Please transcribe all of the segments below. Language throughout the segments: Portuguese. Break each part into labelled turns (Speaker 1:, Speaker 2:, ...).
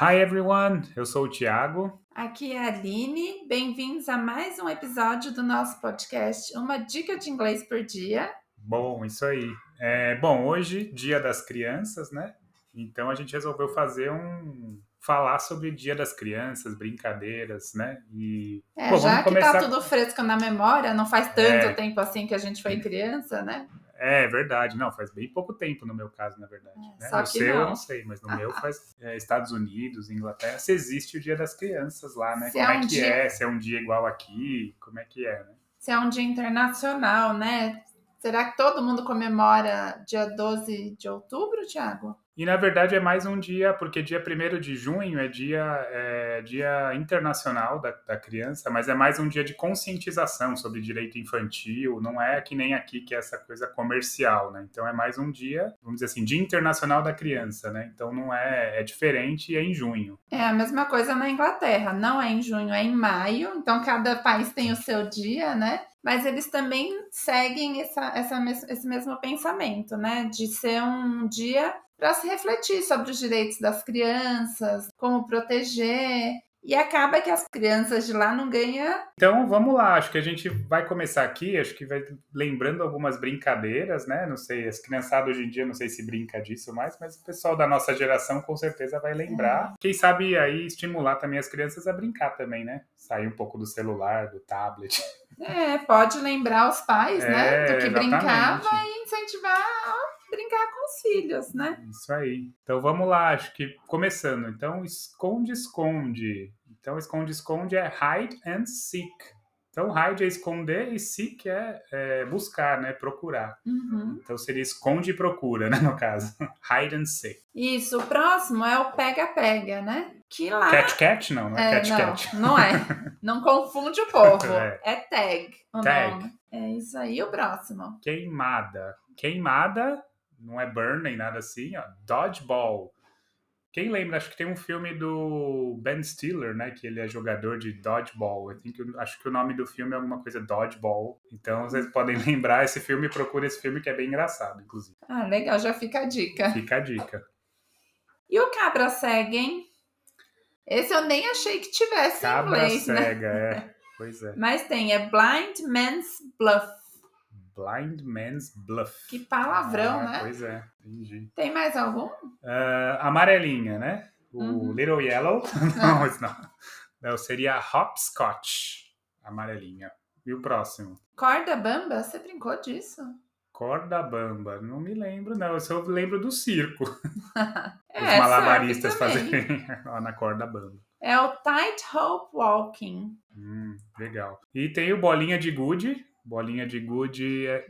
Speaker 1: Hi everyone, eu sou o Thiago.
Speaker 2: Aqui é a Aline, bem-vindos a mais um episódio do nosso podcast Uma Dica de Inglês por Dia.
Speaker 1: Bom, isso aí. É, bom, hoje, Dia das Crianças, né? Então a gente resolveu fazer um falar sobre Dia das Crianças, brincadeiras, né? E
Speaker 2: É,
Speaker 1: Bom,
Speaker 2: já
Speaker 1: vamos
Speaker 2: que tá
Speaker 1: começar-
Speaker 2: tudo fresco na memória, não faz tanto
Speaker 1: É.
Speaker 2: tempo assim que a gente foi criança, né?
Speaker 1: é verdade, não, faz bem pouco tempo no meu caso, na verdade.
Speaker 2: É,
Speaker 1: né?
Speaker 2: só
Speaker 1: no
Speaker 2: que
Speaker 1: seu eu
Speaker 2: não.
Speaker 1: não sei, mas no meu faz é, Estados Unidos, Inglaterra, se existe o Dia das Crianças lá, né?
Speaker 2: Se
Speaker 1: como
Speaker 2: é
Speaker 1: é
Speaker 2: um
Speaker 1: que
Speaker 2: dia-
Speaker 1: é? Se é um dia igual aqui, como é que é, né?
Speaker 2: Isso é um dia internacional, né? Será que todo mundo comemora dia 12 de outubro, Thiago?
Speaker 1: E na verdade é mais um dia, porque dia 1 de junho é dia, é, dia internacional da, da criança, mas é mais um dia de conscientização sobre direito infantil, não é que nem aqui que é essa coisa comercial, né? Então é mais um dia, vamos dizer assim, dia internacional da criança, né? Então não é, é diferente e é em junho.
Speaker 2: É a mesma coisa na Inglaterra, não é em junho, é em maio, então cada país tem o seu dia, né? Mas eles também seguem essa, essa mes- esse mesmo pensamento, né? De ser um dia para se refletir sobre os direitos das crianças, como proteger. E acaba que as crianças de lá não ganham.
Speaker 1: Então vamos lá, acho que a gente vai começar aqui, acho que vai lembrando algumas brincadeiras, né? Não sei, as criançadas hoje em dia não sei se brinca disso mais, mas o pessoal da nossa geração com certeza vai lembrar.
Speaker 2: Uhum.
Speaker 1: Quem sabe aí estimular também as crianças a brincar também, né? Sair um pouco do celular, do tablet.
Speaker 2: É, pode lembrar os pais, né? Do que brincava
Speaker 1: É, exatamente.
Speaker 2: e incentivar a brincar com os filhos, né?
Speaker 1: Isso aí. Então vamos lá, acho que começando. Então esconde, esconde. Então esconde, esconde é hide and seek. Então hide é esconder e seek é, é buscar, né? Procurar.
Speaker 2: Uhum.
Speaker 1: Então seria esconde e procura, né? No caso, hide and seek.
Speaker 2: Isso, o próximo é o pega-pega, né? Que lá.
Speaker 1: Catch catch não, não é,
Speaker 2: É,
Speaker 1: catch
Speaker 2: não,
Speaker 1: catch.
Speaker 2: não é. Não confunde o povo.
Speaker 1: É.
Speaker 2: É, tag o
Speaker 1: Tag.
Speaker 2: nome. É isso aí, o próximo.
Speaker 1: Queimada. Queimada não é burn nem nada assim, ó. Dodgeball. Quem lembra? Acho que tem um filme do Ben Stiller, né? Que ele é jogador de dodgeball. Eu tenho que- acho que o nome do filme é alguma coisa dodgeball. Então vocês podem lembrar esse filme, procura esse filme que é bem engraçado, inclusive.
Speaker 2: Ah, legal, já fica a dica.
Speaker 1: Fica a dica.
Speaker 2: E o cabra segue, hein? Esse eu nem achei que tivesse em
Speaker 1: Cabra
Speaker 2: inglês, né?
Speaker 1: cega, é. Pois é.
Speaker 2: Mas tem, é Blind Man's Bluff.
Speaker 1: Blind Man's Bluff.
Speaker 2: Que palavrão,
Speaker 1: Ah,
Speaker 2: né?
Speaker 1: Pois é, entendi.
Speaker 2: Tem mais algum?
Speaker 1: Ah, amarelinha, né? O
Speaker 2: Uhum.
Speaker 1: Little Yellow. não, isso não. Não, seria Hopscotch. Amarelinha. E o próximo?
Speaker 2: Corda bamba? Você brincou disso?
Speaker 1: Corda bamba. Não me lembro, não. Eu só lembro do circo.
Speaker 2: É,
Speaker 1: Os malabaristas
Speaker 2: sabe também.
Speaker 1: fazerem lá na corda bamba.
Speaker 2: É o tightrope walking.
Speaker 1: Hum, legal. E tem o bolinha de gude. Bolinha de gude é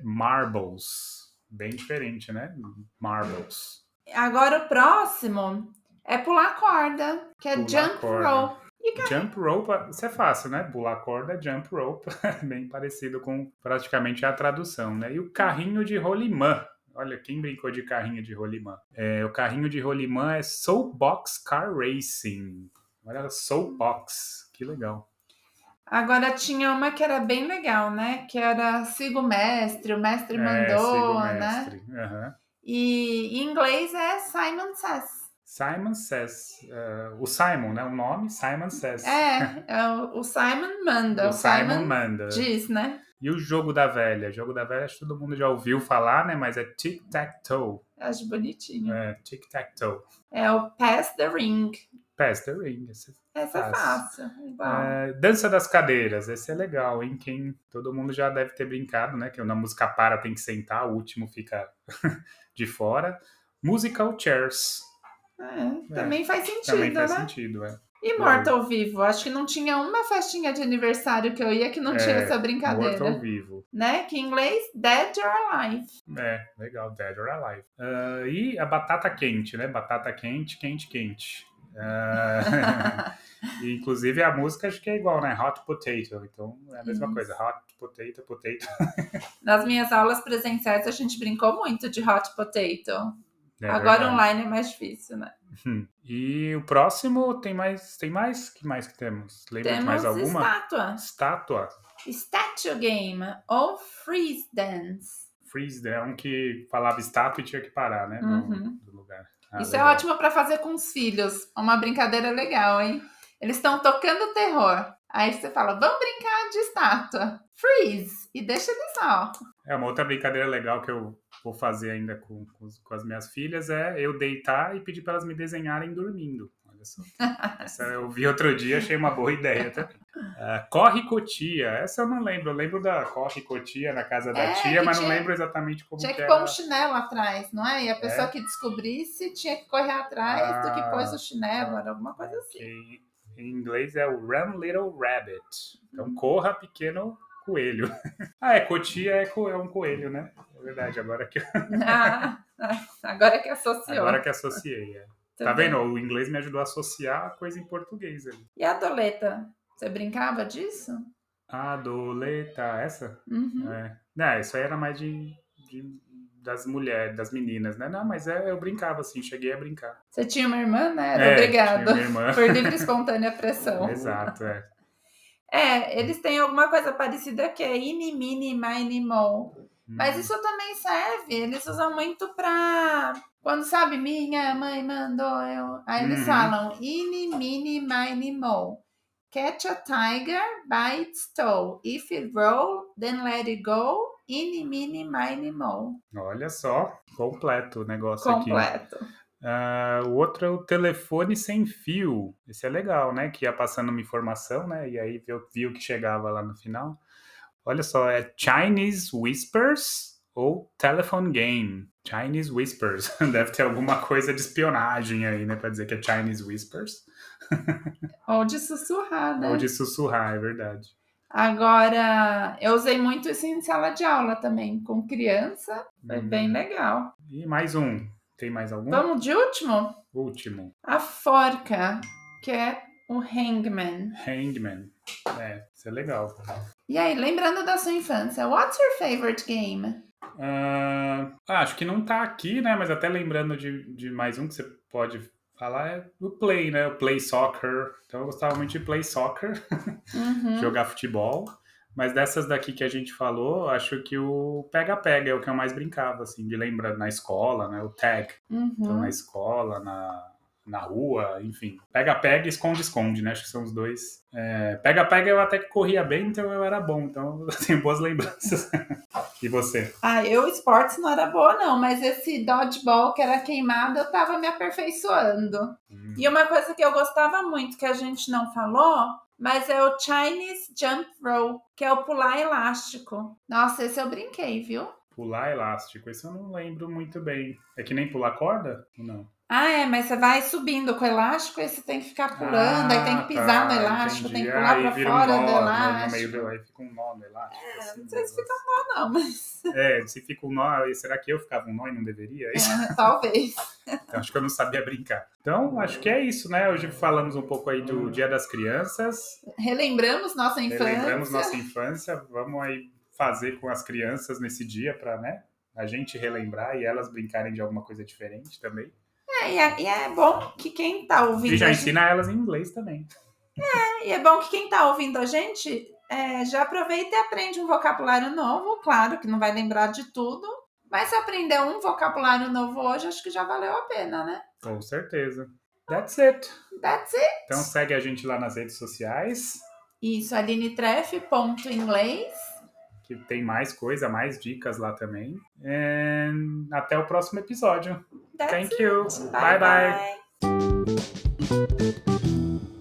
Speaker 1: marbles. Bem diferente, né? Marbles.
Speaker 2: Agora o próximo é pular corda, que é
Speaker 1: Pular
Speaker 2: jump
Speaker 1: corda.
Speaker 2: rope.
Speaker 1: Jump rope, isso é fácil, né? Pular corda, jump rope, é bem parecido com praticamente a tradução, né? E o carrinho de rolimã. Olha, quem brincou de carrinho de rolimã? É, o carrinho de rolimã é Soulbox Car Racing. Olha, Soulbox, que legal.
Speaker 2: Agora tinha uma que era bem legal, né? Que era siga o mestre, o mestre
Speaker 1: É, siga
Speaker 2: mandou,
Speaker 1: o
Speaker 2: né?
Speaker 1: mestre. Aham.
Speaker 2: E em inglês é Simon Says.
Speaker 1: Simon Says. eh, o Simon, né? O nome, Simon Says.
Speaker 2: É, é o, o Simon manda,
Speaker 1: o Simon, manda.
Speaker 2: diz, né?
Speaker 1: E o jogo da velha? Jogo da velha, acho que todo mundo já ouviu falar, né? Mas é tic-tac-toe.
Speaker 2: Acho bonitinho. É,
Speaker 1: É, tic-tac-toe.
Speaker 2: o pass the ring.
Speaker 1: Pass the é ring. esse-
Speaker 2: Essa é
Speaker 1: Fácil.
Speaker 2: fácil. Igual.
Speaker 1: É, dança das cadeiras, esse é legal, hein? Quem, todo mundo já deve ter brincado, né? Que na música para tem que sentar, o último fica de fora. Musical chairs.
Speaker 2: É, também faz sentido,
Speaker 1: Também faz
Speaker 2: né?
Speaker 1: sentido, é.
Speaker 2: E morto ao vivo? Acho que não tinha uma festinha de aniversário que eu ia que não tinha
Speaker 1: É,
Speaker 2: essa
Speaker 1: Morto
Speaker 2: brincadeira.
Speaker 1: ao vivo.
Speaker 2: né? Que em inglês, dead or alive.
Speaker 1: É, legal, Dead or Alive. Ah, e a batata quente, né? Batata quente, quente, quente. Ah, e, inclusive a música acho que é igual, né? Hot potato. Então é a mesma
Speaker 2: Isso.
Speaker 1: coisa. Hot potato, potato.
Speaker 2: Nas minhas aulas presenciais, a gente brincou muito de hot potato.
Speaker 1: É
Speaker 2: Agora
Speaker 1: verdade.
Speaker 2: online é mais difícil, né?
Speaker 1: Hum. E o próximo tem mais, tem mais, que mais que temos? Lembra de
Speaker 2: Temos
Speaker 1: mais alguma?
Speaker 2: estátua.
Speaker 1: Estátua.
Speaker 2: Statue game ou freeze dance.
Speaker 1: Freeze é um que falava estátua e tinha que parar, né? no-
Speaker 2: Uhum.
Speaker 1: do lugar. Ah,
Speaker 2: Isso
Speaker 1: legal.
Speaker 2: é ótimo para fazer com os filhos. Uma brincadeira legal, hein? Eles estão tocando terror. Aí você fala, vamos brincar de estátua. Freeze! E deixa eles lá, ó.
Speaker 1: É, uma outra brincadeira legal que eu vou fazer ainda com, com, os- com as minhas filhas é eu deitar e pedir para elas me desenharem dormindo. Olha só. Essa eu vi outro dia, achei uma boa ideia também. Ah, Corre Cotia. Essa eu não lembro. Eu lembro da Corre Cotia na casa da
Speaker 2: É,
Speaker 1: tia,
Speaker 2: que
Speaker 1: mas não
Speaker 2: tinha-
Speaker 1: lembro exatamente como
Speaker 2: Tinha
Speaker 1: que
Speaker 2: que
Speaker 1: era.
Speaker 2: pôr um chinelo atrás, não é? E a pessoa
Speaker 1: É.
Speaker 2: que descobrisse tinha que correr atrás do que
Speaker 1: Ah,
Speaker 2: pôs o chinelo,
Speaker 1: tá.
Speaker 2: era alguma coisa assim.
Speaker 1: Que em inglês é o Run Little Rabbit.
Speaker 2: Uhum.
Speaker 1: Então corra, pequeno coelho. ah, é Cotia é, co- é um coelho, né? É verdade, agora que,
Speaker 2: Ah, agora que associou.
Speaker 1: agora que associei. é.
Speaker 2: Tudo
Speaker 1: Tá
Speaker 2: bem.
Speaker 1: vendo? O inglês me ajudou a associar a coisa em português ali.
Speaker 2: E a doleta? Você brincava disso?
Speaker 1: Adoleta, essa?
Speaker 2: Uhum.
Speaker 1: É. Não, isso aí era mais de, de- das mulheres, das meninas, né? Não, mas é, eu brincava assim, cheguei a brincar.
Speaker 2: Você tinha uma irmã, né? Era
Speaker 1: É,
Speaker 2: obrigado.
Speaker 1: tinha
Speaker 2: Então.
Speaker 1: minha irmã.
Speaker 2: Por livre e espontânea pressão.
Speaker 1: Exato, é.
Speaker 2: É, eles têm alguma coisa parecida que é ini, mini, mini, mo.
Speaker 1: Uhum.
Speaker 2: Mas isso também serve, eles usam muito pra... Quando, sabe, minha mãe mandou eu... Aí eles
Speaker 1: Uhum.
Speaker 2: falam ini, mini, mini, mo. Catch a tiger by its toe. If it roll, then let it go. Ini, mini, mini, mo.
Speaker 1: Hum, Olha só, completo o negócio aqui.
Speaker 2: Completo.
Speaker 1: Ah, o outro é o telefone sem fio. Esse é legal, né? Que ia passando uma informação, né? E aí viu, viu que chegava lá no final. Olha só, é Chinese Whispers ou Telephone Game. Chinese Whispers. Deve ter alguma coisa de espionagem aí, né? Pra dizer que é Chinese Whispers.
Speaker 2: Ou de sussurrar, né?
Speaker 1: Ou de sussurrar, é verdade.
Speaker 2: Agora, eu usei muito isso em sala de aula também, com criança. Foi
Speaker 1: Hum.
Speaker 2: bem legal.
Speaker 1: E mais um. Tem mais algum?
Speaker 2: Vamos de último?
Speaker 1: Último.
Speaker 2: A forca, que é o hangman.
Speaker 1: Hangman. É, isso é legal.
Speaker 2: E aí, lembrando da sua infância, what's your favorite game?
Speaker 1: Ah, acho que não tá aqui, né? Mas até lembrando de, de mais um que você pode falar é o play, né? O play soccer. Então eu gostava muito de play soccer,
Speaker 2: Uhum.
Speaker 1: jogar futebol. Mas dessas daqui que a gente falou, acho que o pega-pega é o que eu mais brincava, assim, de lembrar na escola, né? O tag. Então,
Speaker 2: Uhum.
Speaker 1: na escola, na, na rua, enfim. Pega-pega e esconde-esconde, né? Acho que são os dois. É, Pega-pega eu até que corria bem, então eu era bom. Então eu tenho boas lembranças. e você?
Speaker 2: Ah, eu esportes não era boa não, mas esse dodgeball que era queimado, eu tava me aperfeiçoando.
Speaker 1: Hum.
Speaker 2: E uma coisa que eu gostava muito, que a gente não falou, mas é o Chinese Jump Roll, que é o pular elástico. Nossa, esse eu brinquei, viu?
Speaker 1: Pular elástico, isso eu não lembro muito bem. É que nem pular corda? Ou Não.
Speaker 2: Ah, é, mas você vai subindo com o elástico, aí você tem que ficar pulando, aí tem que
Speaker 1: tá,
Speaker 2: pisar no elástico, tem
Speaker 1: entendi.
Speaker 2: que pular
Speaker 1: Aí
Speaker 2: pra
Speaker 1: vira
Speaker 2: fora
Speaker 1: um nó
Speaker 2: do
Speaker 1: no-
Speaker 2: elástico.
Speaker 1: No meio do, aí fica um nó no elástico.
Speaker 2: É,
Speaker 1: assim,
Speaker 2: não sei se
Speaker 1: um negócio.
Speaker 2: Ah, Não, mas
Speaker 1: É, se fica um nó, e será que eu ficava um nó e não deveria? É isso?
Speaker 2: é, talvez.
Speaker 1: Então, acho que eu não sabia brincar. Então, acho que é isso, né? Hoje falamos um pouco aí do Dia das Crianças. né?
Speaker 2: Relembramos nossa Hum. infância.
Speaker 1: Lembramos nossa infância. Vamos aí fazer com as crianças nesse dia para, né? A gente relembrar e elas brincarem de alguma coisa diferente também.
Speaker 2: É, e, é, e é bom que quem tá ouvindo.
Speaker 1: E já
Speaker 2: a gente-
Speaker 1: ensina elas em inglês também.
Speaker 2: E é bom que quem tá ouvindo a gente é, já aproveita e aprende um vocabulário novo. Claro que não vai lembrar de tudo, mas se aprender um vocabulário novo hoje, acho que já valeu a pena, né?
Speaker 1: Com certeza. That's it.
Speaker 2: That's it.
Speaker 1: Então segue a gente lá nas redes sociais,
Speaker 2: Isso, alinetref.inglês.
Speaker 1: que tem mais coisa, mais dicas lá também. And até o próximo episódio.
Speaker 2: That's
Speaker 1: Thank you.
Speaker 2: it.
Speaker 1: bye. bye.
Speaker 2: bye.